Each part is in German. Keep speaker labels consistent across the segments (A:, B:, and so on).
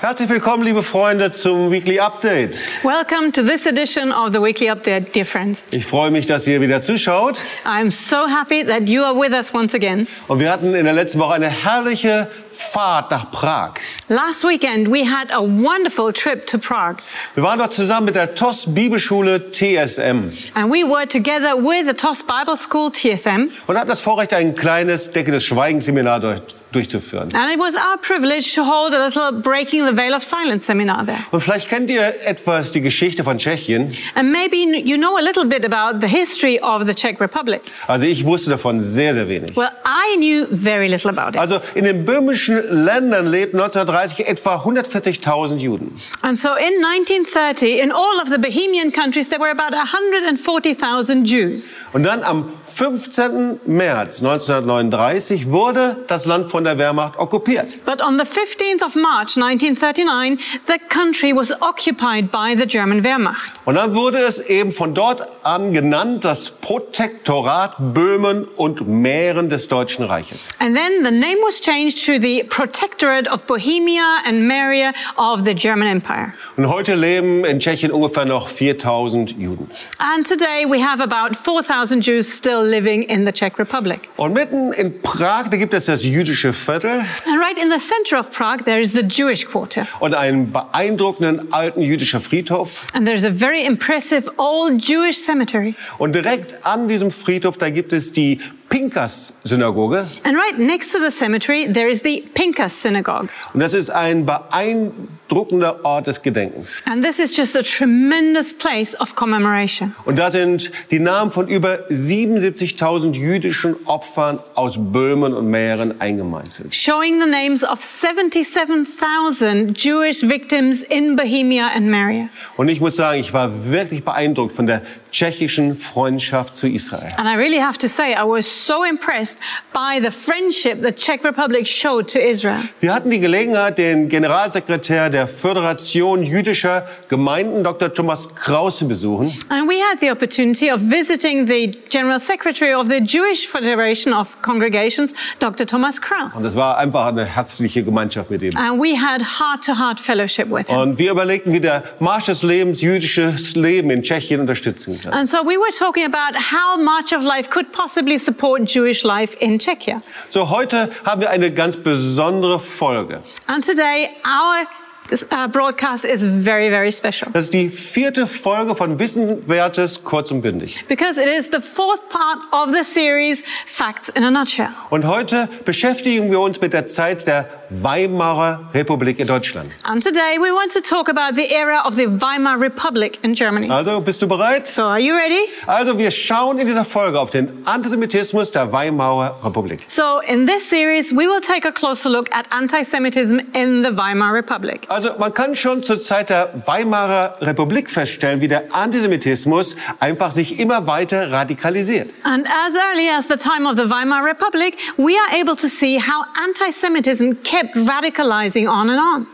A: Herzlich willkommen, liebe Freunde, zum Weekly Update.
B: Welcome to this edition of the Weekly Update, dear friends.
A: Ich freue mich, dass ihr wieder zuschaut.
B: I'm so happy that you are with us once again.
A: Und wir hatten in der letzten Woche eine herrliche Fahrt nach Prag.
B: Last weekend, we had a wonderful trip to Prague,
A: Wir waren dort zusammen mit der TOS Bibelschule TSM
B: and we were together with the TOS Bible School, TSM,
A: und hatten das Vorrecht, ein kleines Decke des Schweigens Seminar durch, durchzuführen.
B: and it was our privilege to hold a little Breaking the Veil of Silence seminar there.
A: Und vielleicht kennt ihr etwas die Geschichte von Tschechien.
B: And maybe you know a little bit about the history of the Czech Republic.
A: Also ich wusste davon sehr, sehr wenig.
B: Well, I knew very little about it.
A: Also in den böhmischen Ländern lebten 1930 etwa 140.000 Juden.
B: And so in 1930, in all of the Bohemian countries, there were about 140,000 Jews.
A: Und dann am 15. März 1939 wurde das Land von der Wehrmacht okkupiert.
B: But on the 15th of March 1939, the country was occupied by the German Wehrmacht.
A: Und dann wurde es eben von dort an genannt das Protektorat Böhmen und Mähren des Deutschen Reiches.
B: And then the name was changed to the Protectorate of Bohemia and Maria of the German Empire.
A: Und heute leben in Tschechien ungefähr noch 4000 Juden.
B: And today we have about 4,000 Jews still living in the Czech Republic.
A: Und mitten in Prag, da gibt es das jüdische Viertel
B: And right in the center of Prague, there is the Jewish quarter.
A: und einen beeindruckenden alten jüdischen Friedhof.
B: And there's a very impressive old Jewish cemetery.
A: Und direkt an diesem Friedhof, da gibt es die Pinkers-Synagoge.
B: And right next to the cemetery, there is the Pinkas Synagogue.
A: Und das ist ein beeindruckender Ort des Gedenkens.
B: And this is just a tremendous place of commemoration.
A: Und da sind die Namen von über 77.000 jüdischen Opfern aus Böhmen und Mähren eingemeißelt.
B: showing the names of 77,000 Jewish victims in Bohemia and Maria.
A: Und ich muss sagen, ich war wirklich beeindruckt von der tschechischen Freundschaft zu Israel.
B: And I really have to say, I was so impressed by the friendship the Czech Republic showed to Israel.
A: Wir hatten die Gelegenheit, den Generalsekretär der Föderation jüdischer Gemeinden, Dr. Thomas Kraus, zu besuchen.
B: And we had the opportunity of visiting the General Secretary of the Jewish Federation of Congregations, Dr. Thomas
A: Und
B: Kraus.
A: es war einfach eine herzliche Gemeinschaft mit ihm.
B: And we had heart to heart fellowship with him.
A: Und wir überlegten, wie der Marsch des Lebens jüdisches Leben in Tschechien unterstützen kann.
B: And so we were talking about how March of Life could possibly support Jewish life in Czechia.
A: So, heute haben wir eine ganz besondere Folge.
B: And today, our uh, broadcast is very, very special
A: Das ist die vierte Folge von Wissenwertes kurz und bündig.
B: because it is the fourth part of the series, Facts in a Nutshell.
A: Und heute beschäftigen wir uns mit der Zeit der Weimarer Republik in Deutschland.
B: And today, we want to talk about the era of the Weimar Republic in Germany.
A: Also, bist du bereit?
B: So, are you ready?
A: Also, wir schauen in dieser Folge auf den Antisemitismus der Weimarer Republik.
B: So, in this series, we will take a closer look at anti Semitism in the Weimar Republic.
A: Also, man kann schon zur Zeit der Weimarer Republik feststellen, wie der Antisemitismus einfach sich immer weiter radikalisiert.
B: And as early as the time of the Weimar Republic, we are able to see how anti Semitism kept radicalizing on and on.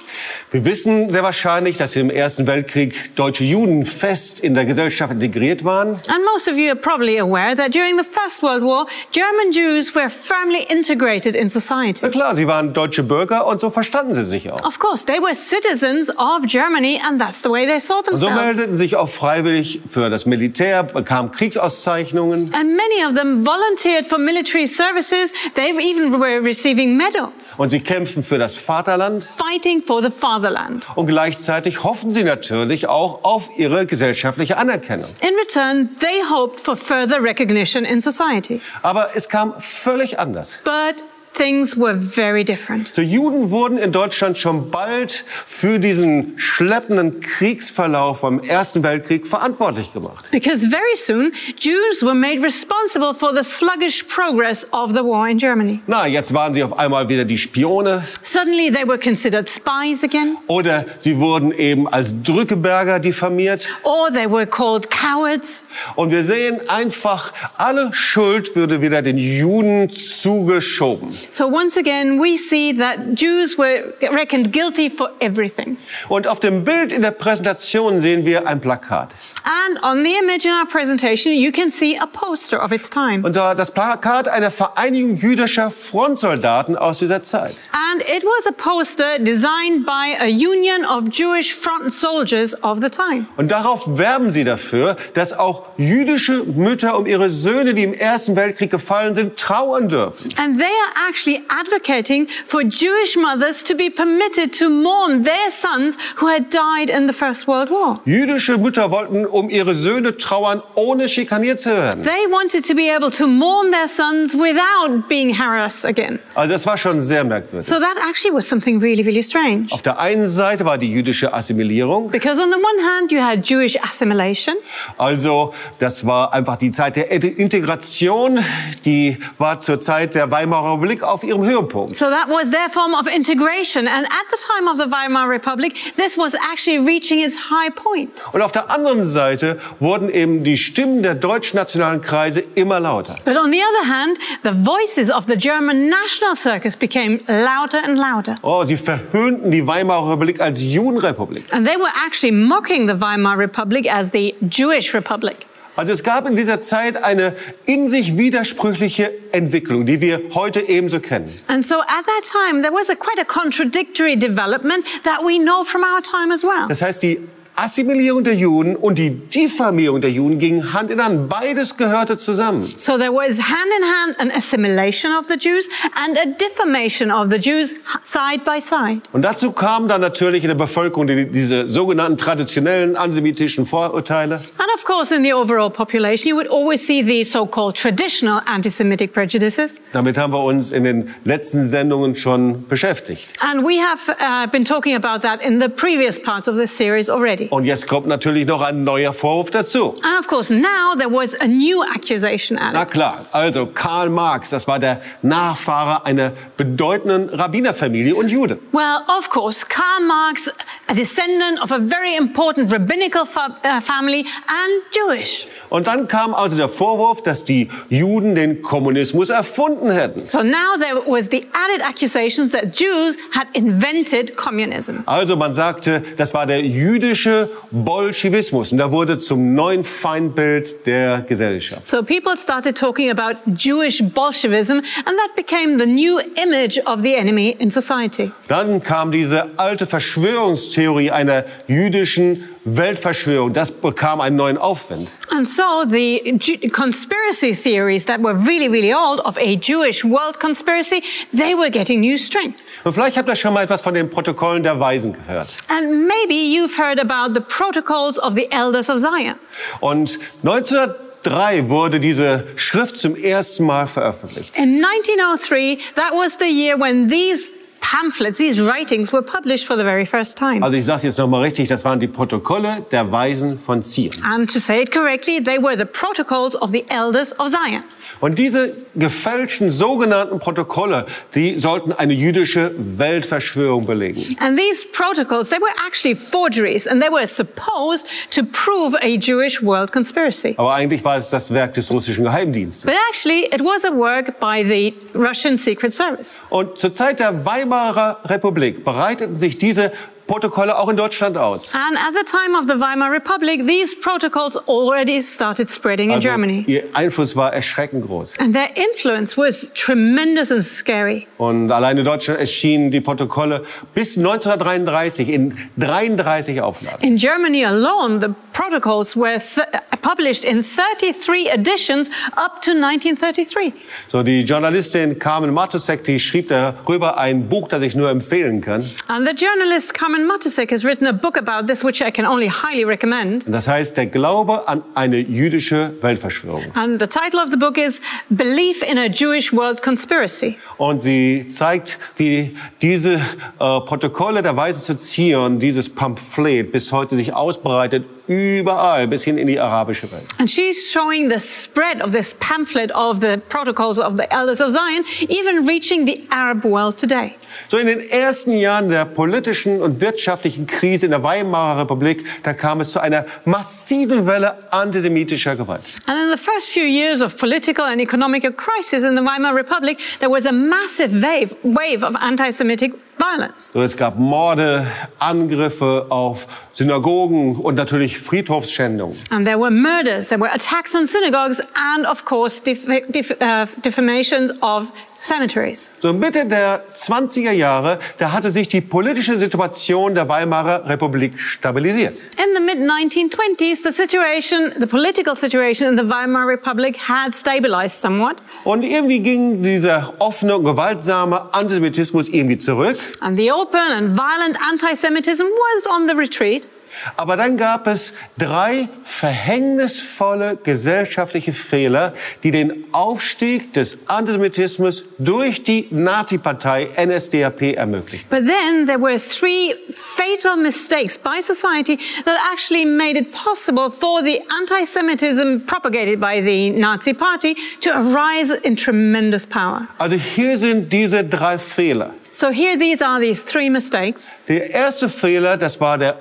A: Wir wissen sehr wahrscheinlich, dass im Ersten Weltkrieg deutsche Juden fest in der Gesellschaft integriert waren.
B: And most of you are probably aware that during the First World War, German Jews were firmly integrated in society.
A: Na klar, sie waren deutsche Bürger und so verstanden sie sich auch.
B: Of course, they were citizens of Germany, and that's the way they saw
A: Und so
B: themselves.
A: meldeten sich auch freiwillig für das Militär, bekamen Kriegsauszeichnungen.
B: And many of them volunteered for military services. They even were receiving medals,
A: Und sie kämpften für das Vaterland.
B: fighting for the fatherland.
A: Und gleichzeitig hofften sie natürlich auch auf ihre gesellschaftliche Anerkennung.
B: In return, they hoped for further recognition in society.
A: Aber es kam völlig anders.
B: But things were very different.
A: So Juden wurden in Deutschland schon bald für diesen schleppenden Kriegsverlauf beim Ersten Weltkrieg verantwortlich gemacht.
B: Because very soon, Jews were made responsible for the sluggish progress of the war in Germany.
A: Na, jetzt waren sie auf einmal wieder die Spione
B: Suddenly, they were considered spies again,
A: oder sie wurden eben als Drückeberger diffamiert.
B: or they were called cowards.
A: Und wir sehen einfach, alle Schuld würde wieder den Juden zugeschoben.
B: So once again, we see that Jews were reckoned guilty for everything.
A: Und auf dem Bild in der Präsentation sehen wir ein Plakat.
B: And on the image in our presentation, you can see a poster of its time.
A: Und zwar das Plakat einer Vereinigung jüdischer Frontsoldaten aus dieser Zeit.
B: And it was a poster designed by a union of Jewish front soldiers of the time.
A: Und darauf werben sie dafür, dass auch jüdische Mütter um ihre Söhne, die im Ersten Weltkrieg gefallen sind, trauern dürfen.
B: And they are actually advocating for Jewish mothers to be permitted to mourn their sons who had died in the First World War.
A: Jüdische Mütter wollten um ihre Söhne trauern, ohne schikaniert zu werden.
B: They wanted to be able to mourn their sons without being harassed again.
A: Also das war schon sehr merkwürdig.
B: So that actually was something really, really strange.
A: Auf der einen Seite war die jüdische Assimilierung,
B: Because on the one hand, you had Jewish assimilation,
A: also das war einfach die Zeit der Ed- Integration, die war zur Zeit der Weimarer Republik auf ihrem Höhepunkt.
B: so that was their form of integration. And at the time of the Weimar Republic, this was actually reaching its high point.
A: Und auf der anderen Seite wurden eben die Stimmen der deutschnationalen Kreise immer lauter.
B: But on the other hand, the voices of the German national circus became louder and louder.
A: Oh, sie verhöhnten die Weimarer Republik als Judenrepublik.
B: And they were actually mocking the Weimar Republic as the Jewish Republic.
A: Also es gab in dieser Zeit eine in sich widersprüchliche Entwicklung, die wir heute ebenso kennen.
B: And so at that time, there was a quite a contradictory development that we know from our time as well.
A: Das heißt, die Assimilierung der Juden und die Diffamierung der Juden gingen Hand in Hand. Beides gehörte zusammen.
B: So there was hand in hand an assimilation of the Jews and a defamation of the Jews side by side.
A: Und dazu kamen dann natürlich in der Bevölkerung die, diese sogenannten traditionellen antisemitischen Vorurteile.
B: And of course, in the overall population, you would always see these so-called traditional anti-Semitic prejudices.
A: Damit haben wir uns in den letzten Sendungen schon beschäftigt.
B: And we have uh, been talking about that in the previous parts of this series already.
A: Und jetzt kommt natürlich noch ein neuer Vorwurf dazu.
B: And of course, now there was a new accusation added.
A: Na klar, also Karl Marx, das war der Nachfahre einer bedeutenden Rabbinerfamilie und Jude.
B: Well, of course, Karl Marx, a descendant of a very important rabbinical fa- uh, family and Jewish.
A: Und dann kam also der Vorwurf, dass die Juden den Kommunismus erfunden hätten.
B: So now there was the added accusations that Jews had invented communism.
A: Also man sagte, das war der jüdische Bolschewismus und da wurde zum neuen Feindbild der Gesellschaft.
B: So people started talking about Jewish Bolshevism, and that became the new image of the enemy in society.
A: Dann kam diese alte Verschwörungstheorie einer jüdischen Weltverschwörung. Das bekam einen neuen Aufwind.
B: And so the Ju- conspiracy theories that were really, really old of a Jewish world conspiracy, they were getting new strength.
A: Und vielleicht habt ihr schon mal etwas von den Protokollen der Weisen gehört.
B: And maybe you've heard about the protocols of the elders of Zion.
A: Und 1903 wurde diese Schrift zum ersten Mal veröffentlicht.
B: In 1903, that was the year when these pamphlets, these writings were published for the very first time.
A: Also ich sage es jetzt nochmal richtig, das waren die Protokolle der Weisen von Zion.
B: And to say it correctly, they were the protocols of the elders of Zion.
A: Und diese gefälschten sogenannten Protokolle, die sollten eine jüdische Weltverschwörung belegen.
B: And these protocols, they were actually forgeries and they were supposed to prove a Jewish world conspiracy.
A: Aber eigentlich war es das Werk des russischen Geheimdienstes.
B: But actually, it was a work by the Russian Secret Service.
A: Und zur Zeit der Weimarer Republik breiteten sich diese Protokolle auch in Deutschland aus.
B: And at the time of the Weimar Republic, these protocols already started spreading in
A: Also
B: Germany.
A: ihr Einfluss war erschreckend groß.
B: And their influence was tremendous and scary.
A: Und alleine in Deutschland erschienen die Protokolle bis 1933 in 33 Auflagen.
B: In Germany alone, the protocols were th- uh, published in 33 editions up to 1933.
A: So, die Journalistin Carmen Matusek, die schrieb darüber ein Buch, das ich nur empfehlen kann.
B: And the journalist Carmen Matusek has written a book about this, which I can only highly recommend.
A: Und das heißt, der Glaube an eine jüdische Weltverschwörung.
B: And the title of the book is Belief in a Jewish World Conspiracy.
A: Und sie zeigt, wie diese äh, Protokolle der Weisen zu Zion, dieses Pamphlet, bis heute sich ausbreitet überall, bis hin in die arabische Welt.
B: And she's showing the spread of this pamphlet of the protocols of the elders of Zion, even reaching the Arab world today.
A: So in den ersten Jahren der politischen und wirtschaftlichen Krise in der Weimarer Republik, da kam es zu einer massiven Welle antisemitischer Gewalt.
B: And in the first few years of political and economic crisis in the Weimar Republic, there was a massive wave, wave of anti Semitic violence.
A: So es gab Morde, Angriffe auf Synagogen und natürlich Friedhofsschändungen.
B: And there were murders, there were attacks on synagogues, and of course, def- def- uh, defamations of cemeteries.
A: So Mitte der 20er Jahre, da hatte sich die politische Situation der Weimarer Republik stabilisiert.
B: In the mid 1920s, the situation, the political situation in the Weimar Republic had stabilized somewhat,
A: Und irgendwie ging dieser offene und gewaltsame Antisemitismus irgendwie zurück.
B: and the open and violent anti Semitism was on the retreat.
A: Aber dann gab es drei verhängnisvolle gesellschaftliche Fehler, die den Aufstieg des Antisemitismus durch die Nazi-Partei NSDAP ermöglichten.
B: But then there were three fatal mistakes by society that actually made it possible for the anti Semitism propagated by the Nazi Party to arise in tremendous power.
A: Also hier sind diese drei Fehler.
B: So here these are these three mistakes.
A: Der erste Fehler, das war der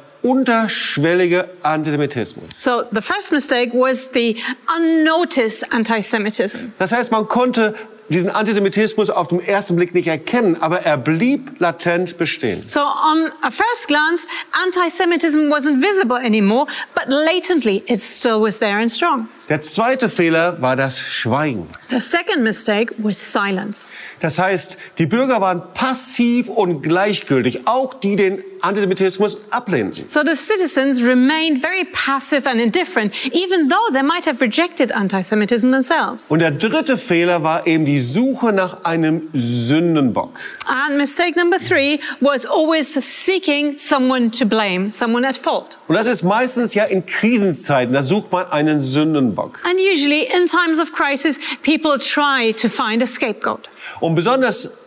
A: unterschwellige Antisemitismus.
B: So the first mistake was the unnoticed anti Semitism.
A: Das heißt, man konnte diesen Antisemitismus auf den ersten Blick nicht erkennen, aber er blieb latent bestehen.
B: So on a first glance, anti Semitism wasn't visible anymore, but latently it still was there and strong.
A: Der zweite Fehler war das Schweigen.
B: The second mistake was silence.
A: Das heißt, die Bürger waren passiv und gleichgültig, auch die den Antisemitismus ablehnten.
B: So the citizens remained very passive and indifferent, even though they might have rejected anti Semitism themselves.
A: Und der dritte Fehler war eben die Suche nach einem Sündenbock.
B: And mistake number three was always seeking someone to blame, someone at fault.
A: Und das ist meistens ja in Krisenzeiten, da sucht man einen Sündenbock.
B: And usually, in times of crisis, people try to find a scapegoat.
A: Und besonders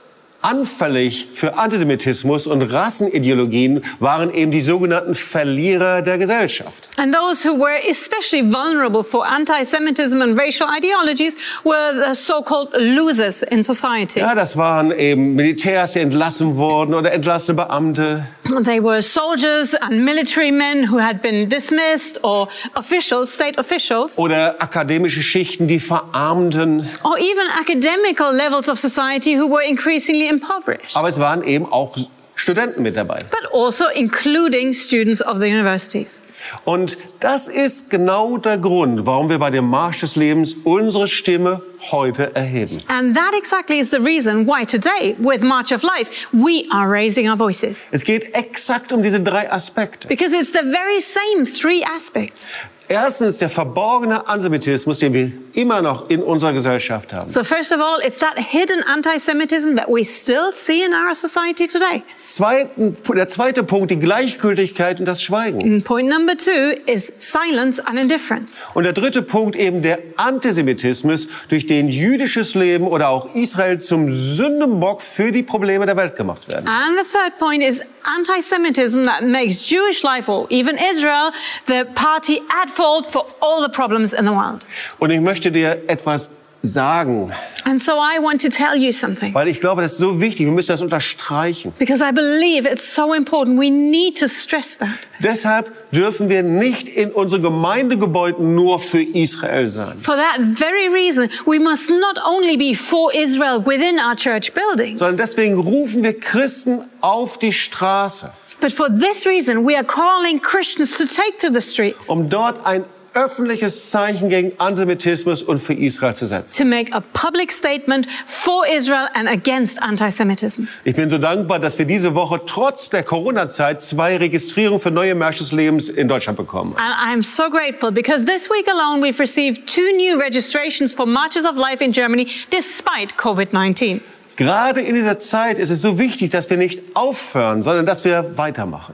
A: anfällig für Antisemitismus und Rassenideologien waren eben die sogenannten Verlierer der Gesellschaft.
B: And those who were especially vulnerable for anti Semitism and racial ideologies were the so called losers in society.
A: Ja, das waren eben Militärs, die entlassen wurden oder entlassene Beamte.
B: They were soldiers and military men who had been dismissed or officials, state officials.
A: oder akademische Schichten, die verarmten.
B: or even academical levels of society who were increasingly impoverished,
A: Aber es waren eben auch Studenten mit dabei.
B: but also including students of the universities.
A: Und das ist genau der Grund, warum wir bei dem Marsch des Lebens unsere Stimme heute erheben.
B: And that exactly is the reason why today, with March of Life, we are raising our voices.
A: Es geht exakt um diese drei Aspekte.
B: Because it's the very same three aspects.
A: Erstens der verborgene Antisemitismus, den wir immer noch in unserer Gesellschaft haben.
B: So, first of all, it's that hidden anti Semitism that we still see in our society today.
A: Zweiten, der zweite Punkt, die Gleichgültigkeit und das Schweigen.
B: And point number two is silence and indifference.
A: Und der dritte Punkt eben der Antisemitismus, durch den jüdisches Leben oder auch Israel zum Sündenbock für die Probleme der Welt gemacht werden.
B: And the third point is anti Semitism that makes Jewish life, or even Israel, the party at fault for all the problems in the world.
A: Und ich möchte dir etwas sagen,
B: And so I want to tell you something.
A: weil ich glaube, das ist so wichtig, wir müssen das unterstreichen.
B: Because I believe it's so important. We need to stress that.
A: Deshalb dürfen wir nicht in unseren Gemeindegebäuden nur für Israel sein,
B: For that very reason, we must not only be for Israel within our church buildings,
A: sondern deswegen rufen wir Christen auf die Straße,
B: but for this reason, we are calling Christians to take to the streets
A: um dort ein öffentliches Zeichen gegen Antisemitismus und für Israel zu setzen.
B: to make a public statement for Israel and against anti Semitism.
A: Ich bin so dankbar, dass wir diese Woche trotz der Corona-Zeit zwei Registrierungen für neue Märsche des Lebens in Deutschland bekommen. haben.
B: And I'm so grateful because this week alone we've received two new registrations for Marches of Life in Germany despite COVID 19.
A: Gerade in dieser Zeit ist es so wichtig, dass wir nicht aufhören, sondern dass wir weitermachen.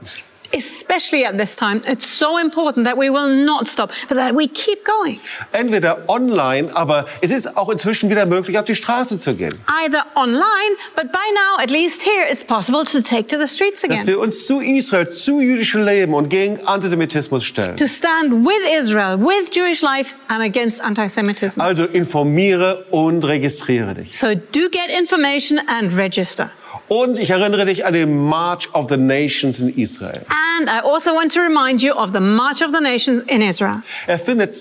B: especially at this time, it's so important that we will not stop, but that we keep going.
A: Entweder online, aber es ist auch inzwischen wieder möglich, auf die Straße zu gehen.
B: Either online, but by now, at least here, it's possible to take to the streets
A: Dass
B: again.
A: wir uns zu Israel, zu jüdischem Leben und gegen Antisemitismus stellen.
B: To stand with Israel, with Jewish life, and against anti Semitism.
A: Also informiere und registriere dich.
B: So do get information and register.
A: Und ich erinnere dich an den March of the Nations in Israel.
B: And I also want to remind you of the March of the Nations in Israel.
A: Er findet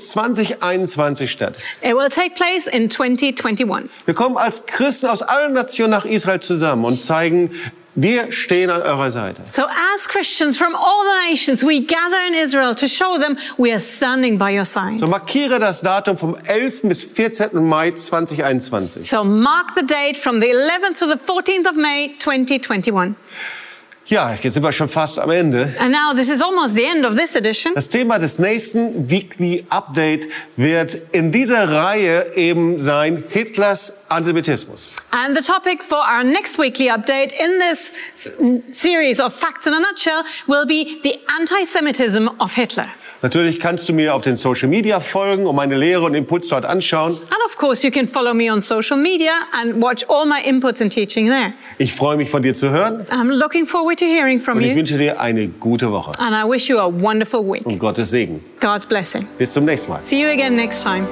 A: 2021 statt.
B: It will take place in 2021.
A: Wir kommen als Christen aus allen Nationen nach Israel zusammen und zeigen, wir stehen an eurer Seite.
B: So, as Christians from all the nations, we gather in Israel to show them we are standing by your side.
A: So markiere das Datum vom 11. bis 14. Mai 2021.
B: So, mark the date from the 11th to the 14th of May 2021.
A: Ja, jetzt sind wir schon fast am Ende.
B: And now, this is almost the end of this edition.
A: Das Thema des nächsten Weekly Update wird in dieser Reihe eben sein Hitlers Antisemitismus.
B: And the topic for our next weekly update in this f- series of Facts in a Nutshell will be the anti Semitism of Hitler.
A: Natürlich kannst du mir auf den Social Media folgen und meine Lehre und Inputs dort anschauen.
B: And of course, you can follow me on social media and watch all my inputs and teaching there.
A: Ich freue mich von dir zu hören
B: I'm looking forward to hearing from
A: und ich
B: you.
A: wünsche dir eine gute Woche
B: And I wish you a wonderful week.
A: und Gottes Segen.
B: God's blessing.
A: Bis zum nächsten Mal.
B: See you again next time.